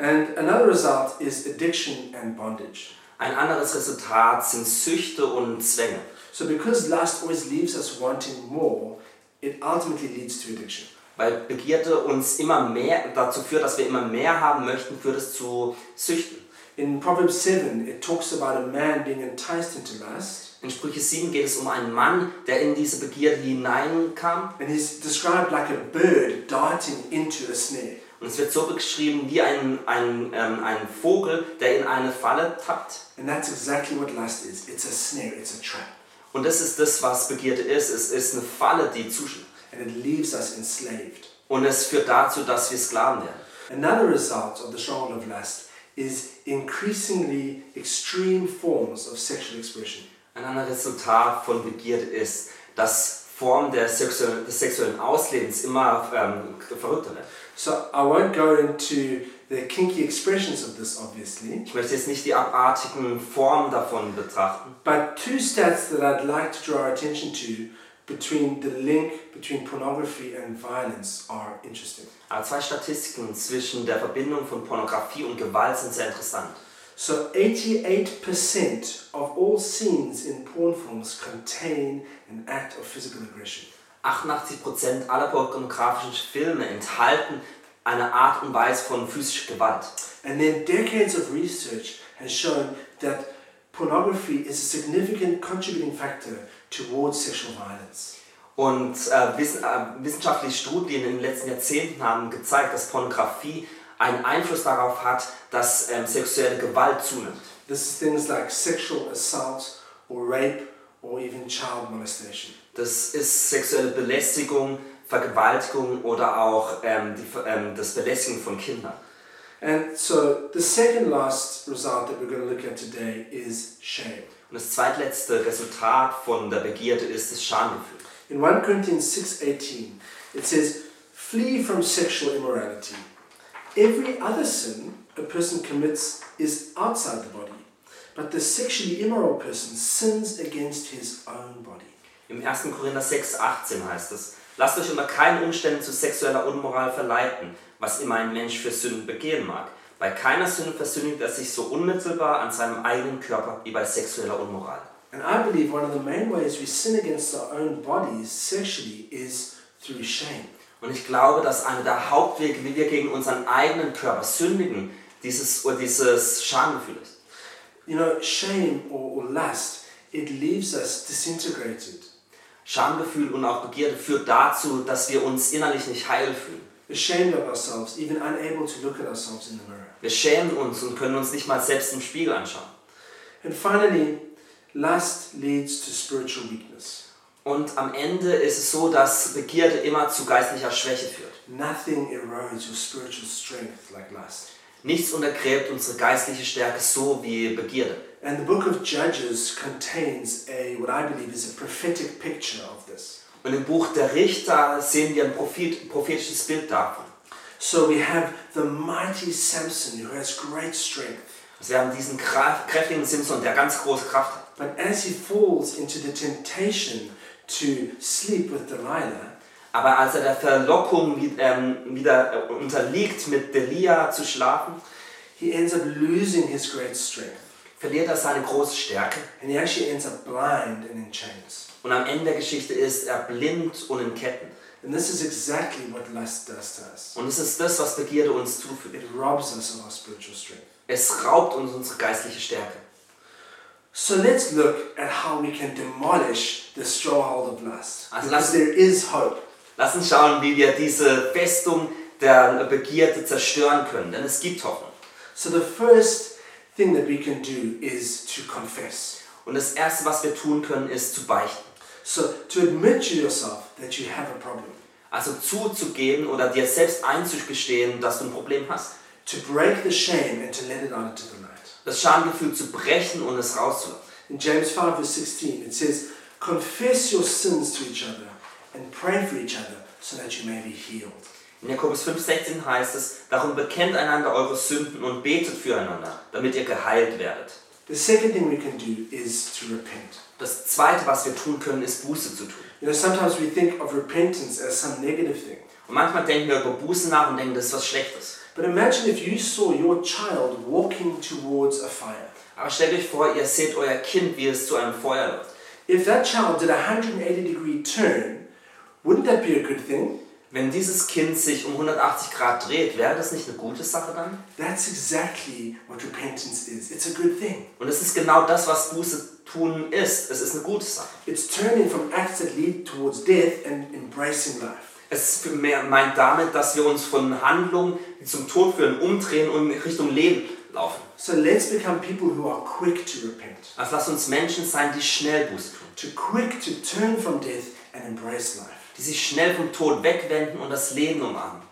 Speaker 1: And another result is addiction and bondage.
Speaker 2: Ein anderes Resultat sind Süchte und Zwänge.
Speaker 1: So, because lust always leaves us wanting more, it ultimately leads to addiction.
Speaker 2: Weil Begierde uns immer mehr dazu führt, dass wir immer mehr haben möchten, führt es zu Süchten.
Speaker 1: In Proverbs 7, it talks about a man being enticed into lust,
Speaker 2: In Sprüche 7 geht es um einen Mann, der in diese Begierde hineinkam.
Speaker 1: and he's described like a bird darting into a snare.
Speaker 2: Und es wird so beschrieben wie ein, ein, ähm, ein Vogel, der in eine Falle tappt.
Speaker 1: And that's exactly what lust is it's a snare, it's a trap,
Speaker 2: Und das ist das, was Begierde ist. Es ist eine Falle, die zuschlägt.
Speaker 1: and it leaves us enslaved.
Speaker 2: Und es führt dazu, dass wir Sklaven werden.
Speaker 1: Another result of the stronghold of lust is increasingly extreme forms of sexual expression.
Speaker 2: Ein anderes Resultat von Begierde ist, dass Formen der sexuellen, des sexuellen Auslebens immer ähm, verrückter werden.
Speaker 1: So, I won't go into the kinky expressions of this, obviously.
Speaker 2: Ich möchte jetzt nicht die abartigen Formen davon betrachten,
Speaker 1: But two stats that I'd like to draw our attention to between the link between pornography and violence are interesting.
Speaker 2: aber zwei Statistiken zwischen der Verbindung von Pornografie und Gewalt sind sehr interessant.
Speaker 1: So 88% of all scenes in porn films contain an act of physical aggression.
Speaker 2: 88% aller pornografischen Filme enthalten eine Art und Weise von physischer Gewalt.
Speaker 1: And then decades of research has shown that pornography is a significant contributing factor towards sexual violence.
Speaker 2: Und äh, wissen, äh, wissenschaftliche Studien in den letzten Jahrzehnten haben gezeigt, dass Pornografie einen Einfluss darauf hat, dass ähm, sexuelle Gewalt zunimmt.
Speaker 1: This is things like sexual assault or rape or even child molestation.
Speaker 2: Das ist sexuelle Belästigung, Vergewaltigung oder auch ähm, die, Ver- ähm, das Belästigen von Kindern.
Speaker 1: And so the second last result that we're going to look at today is shame.
Speaker 2: Und das zweitletzte Resultat von der Begierde ist das Schamgefühl.
Speaker 1: In 1 Corinthians 6:18, it says, "Flee from sexual immorality. Every other sin a person commits is outside the body, but the sexually immoral person sins against his own body.
Speaker 2: Im 1. Korinther 6, 18 heißt es, lasst euch unter keinen Umständen zu sexueller Unmoral verleiten, was immer ein Mensch für Sünden begehen mag. Bei keiner Sünde versündigt er sich so unmittelbar an seinem eigenen Körper wie bei sexueller Unmoral.
Speaker 1: And I believe one of the main ways we sin against our own bodies sexually is through shame.
Speaker 2: Und ich glaube, dass einer der Hauptwege, wie wir gegen unseren eigenen Körper sündigen, dieses, oder dieses Schamgefühl ist.
Speaker 1: You know, shame or, or lust, it leaves us disintegrated.
Speaker 2: Schamgefühl und auch Begierde führt dazu, dass wir uns innerlich nicht heil fühlen.
Speaker 1: ashamed of ourselves, even unable to look at ourselves in the mirror.
Speaker 2: Wir schämen uns und können uns nicht mal selbst im Spiegel anschauen.
Speaker 1: And finally, lust leads to spiritual weakness.
Speaker 2: Und am Ende ist es so, dass Begierde immer zu geistlicher Schwäche führt.
Speaker 1: Nothing erodes your spiritual strength like lust.
Speaker 2: Nichts untergräbt unsere geistliche Stärke so wie Begierde.
Speaker 1: And the book of Judges contains a what I believe is a prophetic picture of this.
Speaker 2: Und im Buch der Richter sehen wir ein prophet, prophetisches Bild davon.
Speaker 1: So we have the mighty Samson who has great strength,
Speaker 2: Also wir haben diesen Kra- kräftigen Simpson, der ganz große Kraft hat.
Speaker 1: but as he falls into the temptation to sleep with Delilah,
Speaker 2: Aber als er der Verlockung wi- ähm, wieder äh, unterliegt, mit Delia zu schlafen,
Speaker 1: he ends up losing his great strength,
Speaker 2: verliert er seine große Stärke.
Speaker 1: and he actually ends up blind and in chains.
Speaker 2: Und am Ende der Geschichte ist er blind und in Ketten.
Speaker 1: And this is exactly what lust does to us.
Speaker 2: Und es ist das, was Begierde uns zufügt.
Speaker 1: It robs us of our spiritual strength.
Speaker 2: Es raubt uns unsere geistliche Stärke.
Speaker 1: So let's look at how we can demolish the stronghold of lust.
Speaker 2: As
Speaker 1: Because
Speaker 2: lust-
Speaker 1: there is hope.
Speaker 2: Lass uns schauen, wie wir diese Festung der Begierde zerstören können, denn es gibt Hoffnung.
Speaker 1: So the first thing that we can do is to confess.
Speaker 2: Und das Erste, was wir tun können, ist zu beichten.
Speaker 1: So to admit to yourself that you have a problem,
Speaker 2: Also zuzugeben oder dir selbst einzugestehen, dass du ein Problem hast.
Speaker 1: to break the shame and to let it out into the light.
Speaker 2: Das Schamgefühl zu brechen und es rauszulassen.
Speaker 1: In James 5 verse 16 it says, Confess your sins to each other and pray for each other so that you may be healed.
Speaker 2: In Jakobus 5,16 heißt es, darum bekennt einander eure Sünden und betet füreinander, damit ihr geheilt werdet.
Speaker 1: The second thing we can do is to repent.
Speaker 2: Das Zweite, was wir tun können, ist Buße zu tun.
Speaker 1: You know, sometimes we think of repentance as some negative thing.
Speaker 2: Und manchmal denken wir über Buße nach und denken, das ist was Schlechtes.
Speaker 1: But imagine if you saw your child walking towards a fire.
Speaker 2: Aber stellt euch vor, ihr seht euer Kind, wie es zu einem Feuer läuft.
Speaker 1: If that child did a 180 degree turn, wouldn't that be a good thing?
Speaker 2: Wenn dieses Kind sich um 180 Grad dreht, wäre das nicht eine gute Sache dann?
Speaker 1: That's exactly what repentance is. It's a good thing.
Speaker 2: Und es ist genau das, was Buße tun ist. Es ist eine gute Sache.
Speaker 1: It's turning from acts that lead towards death and embracing life.
Speaker 2: Es ist mehr- meint damit, dass wir uns von Handlungen, die zum Tod führen, umdrehen und in Richtung Leben laufen.
Speaker 1: So let's become people who are quick to repent,
Speaker 2: Also lasst uns Menschen sein, die schnell Buße tun.
Speaker 1: to quick to turn from death and embrace life.
Speaker 2: Die sich schnell vom Tod wegwenden und das Leben umarmen.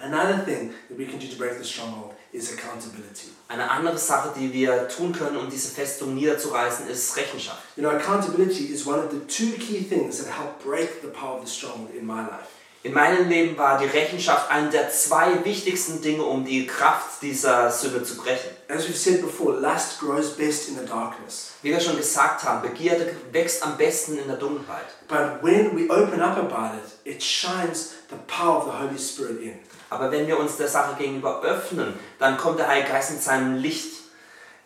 Speaker 1: Another thing that we can do to break the stronghold is accountability.
Speaker 2: Eine andere Sache, die wir tun können, um diese Festung niederzureißen, ist Rechenschaft.
Speaker 1: You know, accountability is one of the two key things that help break the power of the stronghold in my life.
Speaker 2: In meinem Leben war die Rechenschaft eine der zwei wichtigsten Dinge, um die Kraft dieser Sünde zu brechen.
Speaker 1: As we've said before, lust grows best in the darkness.
Speaker 2: Wie wir schon gesagt haben, Begierde wächst am besten in der Dunkelheit.
Speaker 1: But when we open up about it, it shines the power of the Holy Spirit in.
Speaker 2: Aber wenn wir uns der Sache gegenüber öffnen, dann kommt der Heilige Geist mit seinem Licht.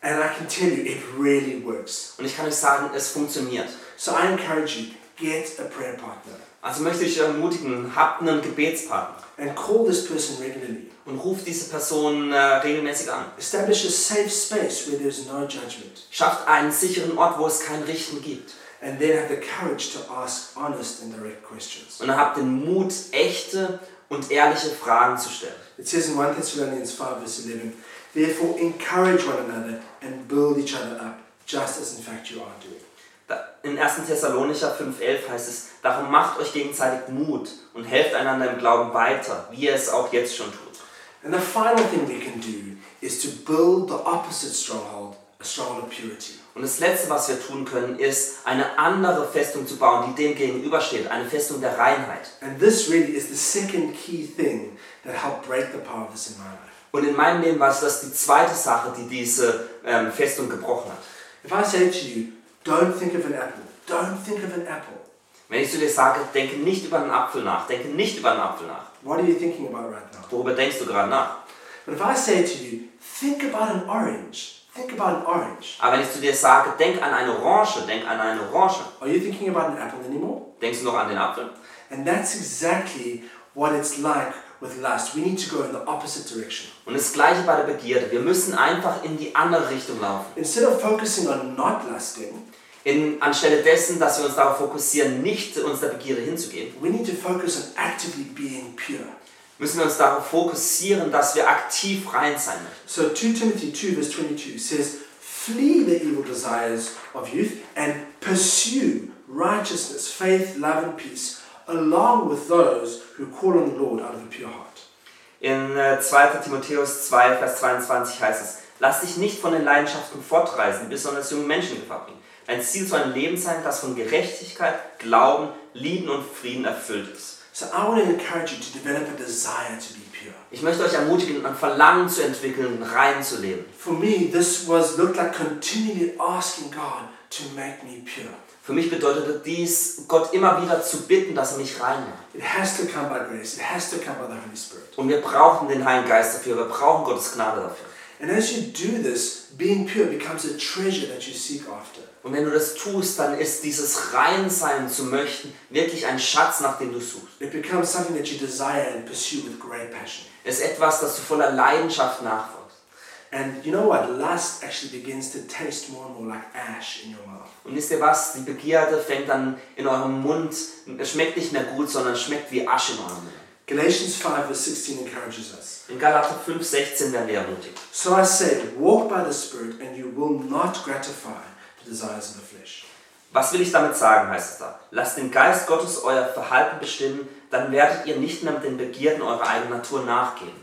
Speaker 1: And I can tell you, it really works.
Speaker 2: Und ich kann euch sagen, es funktioniert.
Speaker 1: So I encourage you, get a prayer partner
Speaker 2: Also möchte ich euch ermutigen, habt einen Gebetspartner
Speaker 1: and call this person regularly.
Speaker 2: und ruft diese Person äh, regelmäßig an.
Speaker 1: Establish a safe space where there's no judgment.
Speaker 2: Schafft einen sicheren Ort, wo es kein Richten gibt.
Speaker 1: And then have the courage to ask honest and direct questions.
Speaker 2: Und dann habt den Mut, echte und ehrliche Fragen zu stellen.
Speaker 1: It says in 1 Thessalonians 5, verse 11, Therefore, encourage one another and build each other up, just as in fact you are doing.
Speaker 2: Da- In 1. Thessalonicher 5,11 heißt es, darum macht euch gegenseitig Mut und helft einander im Glauben weiter, wie ihr es auch jetzt schon tut.
Speaker 1: And the final thing we can do is to build the opposite stronghold, a stronghold of purity.
Speaker 2: Und das Letzte, was wir tun können, ist, eine andere Festung zu bauen, die dem gegenübersteht, eine Festung der Reinheit.
Speaker 1: And this really is the second key thing that helped break the power of this in my life.
Speaker 2: Und in meinem Leben war es das die zweite Sache, die diese ähm, Festung gebrochen hat.
Speaker 1: If I say to you, don't think of an apple, don't think of an apple,
Speaker 2: Wenn ich zu dir sage, denke nicht über einen Apfel nach, denke nicht über einen Apfel nach.
Speaker 1: what are you thinking about right now?
Speaker 2: Worüber denkst du gerade nach?
Speaker 1: But if I say to you, think about an orange, think about an orange,
Speaker 2: Aber wenn ich zu dir sage, denk an eine Orange, denk an eine Orange,
Speaker 1: are you thinking about an apple anymore?
Speaker 2: denkst du noch an den Apfel?
Speaker 1: And that's exactly what it's like with lust. We need to go in the opposite direction.
Speaker 2: Und das gleiche bei der Begierde. Wir müssen einfach in die andere Richtung laufen.
Speaker 1: Instead of focusing on not lusting,
Speaker 2: In, anstelle dessen, dass wir uns darauf fokussieren, nicht uns der Begierde hinzugeben,
Speaker 1: we need to focus on actively being pure.
Speaker 2: müssen wir uns darauf fokussieren, dass wir aktiv rein sein möchten.
Speaker 1: So 2 Timothy 2 verse 22 says, Flee the evil desires of youth and pursue righteousness, faith, love, and peace, along with those who call on the Lord out of a pure heart.
Speaker 2: In äh, 2. Timotheus 2, Vers 22 heißt es, Lass dich nicht von den Leidenschaften fortreißen, die besonders junge Menschen in Gefahr bringen. Dein Ziel soll ein Leben sein, das von Gerechtigkeit, Glauben, Lieben und Frieden erfüllt ist.
Speaker 1: So I want to encourage you to develop a desire to be pure.
Speaker 2: Ich möchte euch ermutigen, ein Verlangen zu entwickeln, rein zu leben.
Speaker 1: For me, this was looked like continually asking God to make me pure.
Speaker 2: Für mich bedeutete dies, Gott immer wieder zu bitten, dass er mich rein macht.
Speaker 1: It has to come by grace. It has to come by the Holy Spirit.
Speaker 2: Und wir brauchen den Heiligen Geist dafür, wir brauchen Gottes Gnade dafür.
Speaker 1: And as you do this, being pure becomes a treasure that you seek after.
Speaker 2: Und wenn du das tust, dann ist dieses Reinsein zu möchten wirklich ein Schatz, nach dem du suchst.
Speaker 1: It becomes something that you desire and pursue with great passion.
Speaker 2: Es ist etwas, das du voller Leidenschaft nachfolgst.
Speaker 1: And you know what? Lust actually begins to taste more and more like ash in your mouth.
Speaker 2: Und wisst ihr was? Die Begierde fängt dann in eurem Mund, es schmeckt nicht mehr gut, sondern schmeckt wie Asche in eurem Mund.
Speaker 1: Galatians 5 verse 16 encourages us.
Speaker 2: In Galater 5, 16 werden wir ermutigt.
Speaker 1: So I say, walk by the Spirit, and you will not gratify the desires of the flesh.
Speaker 2: Was will ich damit sagen, heißt es da? Lasst den Geist Gottes euer Verhalten bestimmen, dann werdet ihr nicht mehr mit den Begierden eurer eigenen Natur nachgehen.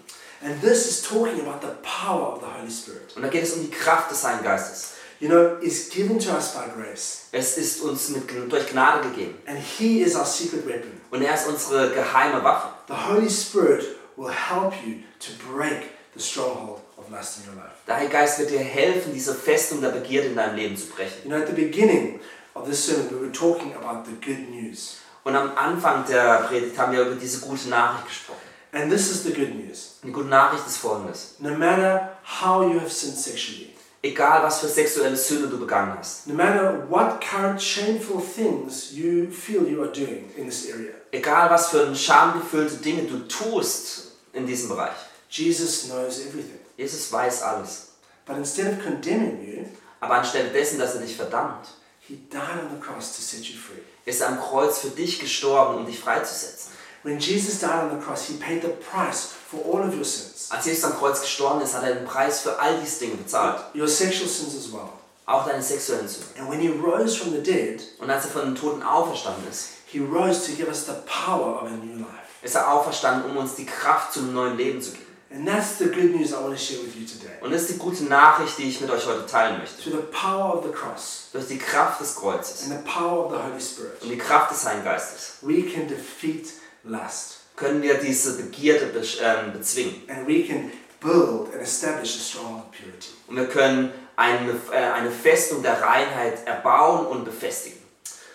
Speaker 1: And this is talking about the power of the Holy Spirit.
Speaker 2: Und da geht es um die Kraft des Heiligen Geistes.
Speaker 1: You know, it's given to us by grace,
Speaker 2: Es ist uns mit, durch Gnade gegeben.
Speaker 1: and He is our secret weapon.
Speaker 2: Und er ist unsere geheime Waffe.
Speaker 1: The Holy Spirit will help you to break the stronghold of lust in your life.
Speaker 2: Der Heilige Geist wird dir helfen, diese Festung der Begierde in deinem Leben zu brechen.
Speaker 1: You know, at the beginning of this sermon, we were talking about the good news.
Speaker 2: Und am Anfang der Predigt haben wir über diese gute Nachricht gesprochen.
Speaker 1: And this is the good news.
Speaker 2: Und die gute Nachricht ist folgendes.
Speaker 1: No matter how you have sinned sexually,
Speaker 2: Egal, was für sexuelle Sünde du begangen hast.
Speaker 1: no matter what current shameful things you feel you are doing in this area,
Speaker 2: Egal, was für schamgefüllte Dinge du tust in diesem Bereich.
Speaker 1: Jesus knows everything.
Speaker 2: Jesus weiß alles.
Speaker 1: But instead of condemning you,
Speaker 2: Aber anstelle dessen, dass er dich verdammt,
Speaker 1: He died on the cross to set you free.
Speaker 2: ist er am Kreuz für dich gestorben, um dich freizusetzen.
Speaker 1: When Jesus died on the cross, He paid the price for all of your sins,
Speaker 2: Als Jesus am Kreuz gestorben ist, hat er den Preis für all diese Dinge bezahlt.
Speaker 1: your sexual sins as well.
Speaker 2: auch deine sexuellen Sünden.
Speaker 1: And when He rose from the dead,
Speaker 2: Und als er von den Toten auferstanden ist,
Speaker 1: He rose to give us the power of a new life.
Speaker 2: ist er auferstanden, um uns die Kraft zum neuen Leben zu geben.
Speaker 1: And that's the good news I want to share with you today.
Speaker 2: Und das ist die gute Nachricht, die ich mit euch heute teilen möchte.
Speaker 1: Through the power of the cross
Speaker 2: Durch die Kraft des Kreuzes
Speaker 1: and the power of the Holy Spirit,
Speaker 2: und die Kraft des Heiligen Geistes
Speaker 1: we can defeat lust
Speaker 2: können wir diese Begierde be ähm, bezwingen.
Speaker 1: and we can build and establish a strong purity.
Speaker 2: Und wir können eine, äh, eine Festung der Reinheit erbauen und befestigen.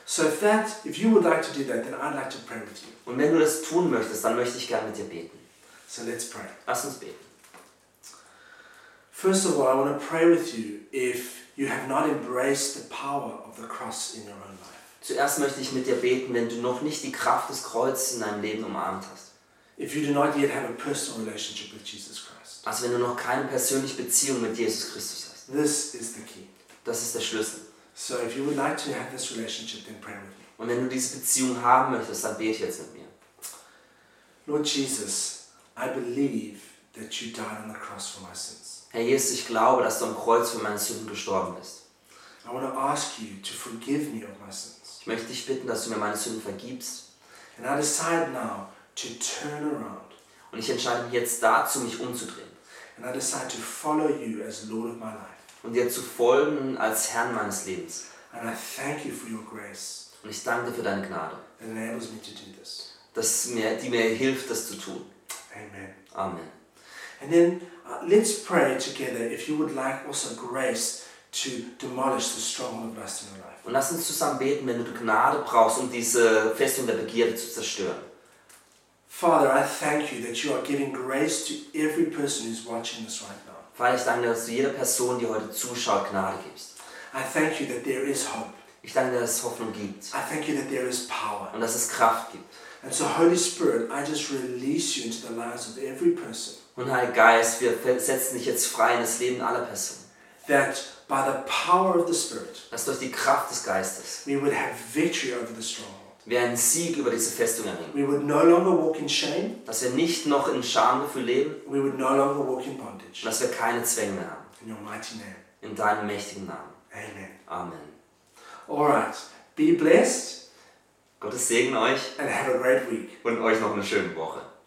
Speaker 1: So if that, if you would like to do that, then I'd like to pray with you.
Speaker 2: Und wenn du das tun möchtest, dann möchte ich gerne mit dir beten.
Speaker 1: So let's pray.
Speaker 2: Lass uns beten.
Speaker 1: First of all, I want to pray with you if you have not embraced the power of the cross in your own life.
Speaker 2: Zuerst möchte ich mit dir beten, wenn du noch nicht die Kraft des Kreuzes in deinem Leben umarmt hast.
Speaker 1: If you do not yet have a personal relationship with Jesus Christ,
Speaker 2: Also wenn du noch keine persönliche Beziehung mit Jesus Christus hast.
Speaker 1: this is the key.
Speaker 2: Das ist der Schlüssel.
Speaker 1: So if you would like to have this relationship, then pray with me.
Speaker 2: Und wenn du diese Beziehung haben möchtest, dann bete jetzt mit mir.
Speaker 1: Lord Jesus, I believe that you died on the cross for my sins.
Speaker 2: Herr Jesus, ich glaube, dass du am Kreuz für meine Sünden gestorben bist.
Speaker 1: I want to ask you to forgive me of my sins.
Speaker 2: Ich möchte dich bitten, dass du mir meine Sünden vergibst.
Speaker 1: And I decide now to turn around
Speaker 2: Und ich entscheide mich jetzt dazu, mich umzudrehen
Speaker 1: and I decide to follow you as Lord of my life.
Speaker 2: und dir zu folgen als Herrn meines Lebens.
Speaker 1: And I thank you for your grace
Speaker 2: Und ich danke dir für deine Gnade,
Speaker 1: that enables me to do this.
Speaker 2: dass mir, die mir hilft, das zu tun.
Speaker 1: Amen.
Speaker 2: Amen.
Speaker 1: And then I Uh, Let's pray together if you would like also grace to demolish the stronghold of lust in your life.
Speaker 2: Und lass uns zusammen beten, wenn du Gnade brauchst, um diese Festung der Begierde zu zerstören.
Speaker 1: Father, I thank you that you are giving grace to every person who's watching this right now.
Speaker 2: Vater, ich danke dir, dass du jeder Person, die heute zuschaut, Gnade gibst.
Speaker 1: I thank you that there is hope.
Speaker 2: Ich danke dir, dass es Hoffnung gibt
Speaker 1: I thank you that there is power.
Speaker 2: und dass es Kraft gibt.
Speaker 1: And so, Holy Spirit, I just release you into the lives of every person
Speaker 2: Und Heiliger Geist, wir setzen dich jetzt frei in das Leben aller Personen.
Speaker 1: that by the power of the Spirit,
Speaker 2: Dass durch die Kraft des Geistes
Speaker 1: we would have victory over the stronghold.
Speaker 2: wir einen Sieg über diese Festung erringen.
Speaker 1: We would no longer walk in shame,
Speaker 2: Dass wir nicht noch in Schamgefühl leben und
Speaker 1: we would no longer walk in bondage.
Speaker 2: dass wir keine Zwänge mehr haben.
Speaker 1: In your mighty name.
Speaker 2: In deinem mächtigen Namen.
Speaker 1: Amen.
Speaker 2: Amen.
Speaker 1: All right. Be blessed
Speaker 2: Gottes Segen euch
Speaker 1: and have a great week.
Speaker 2: und euch noch eine schöne Woche.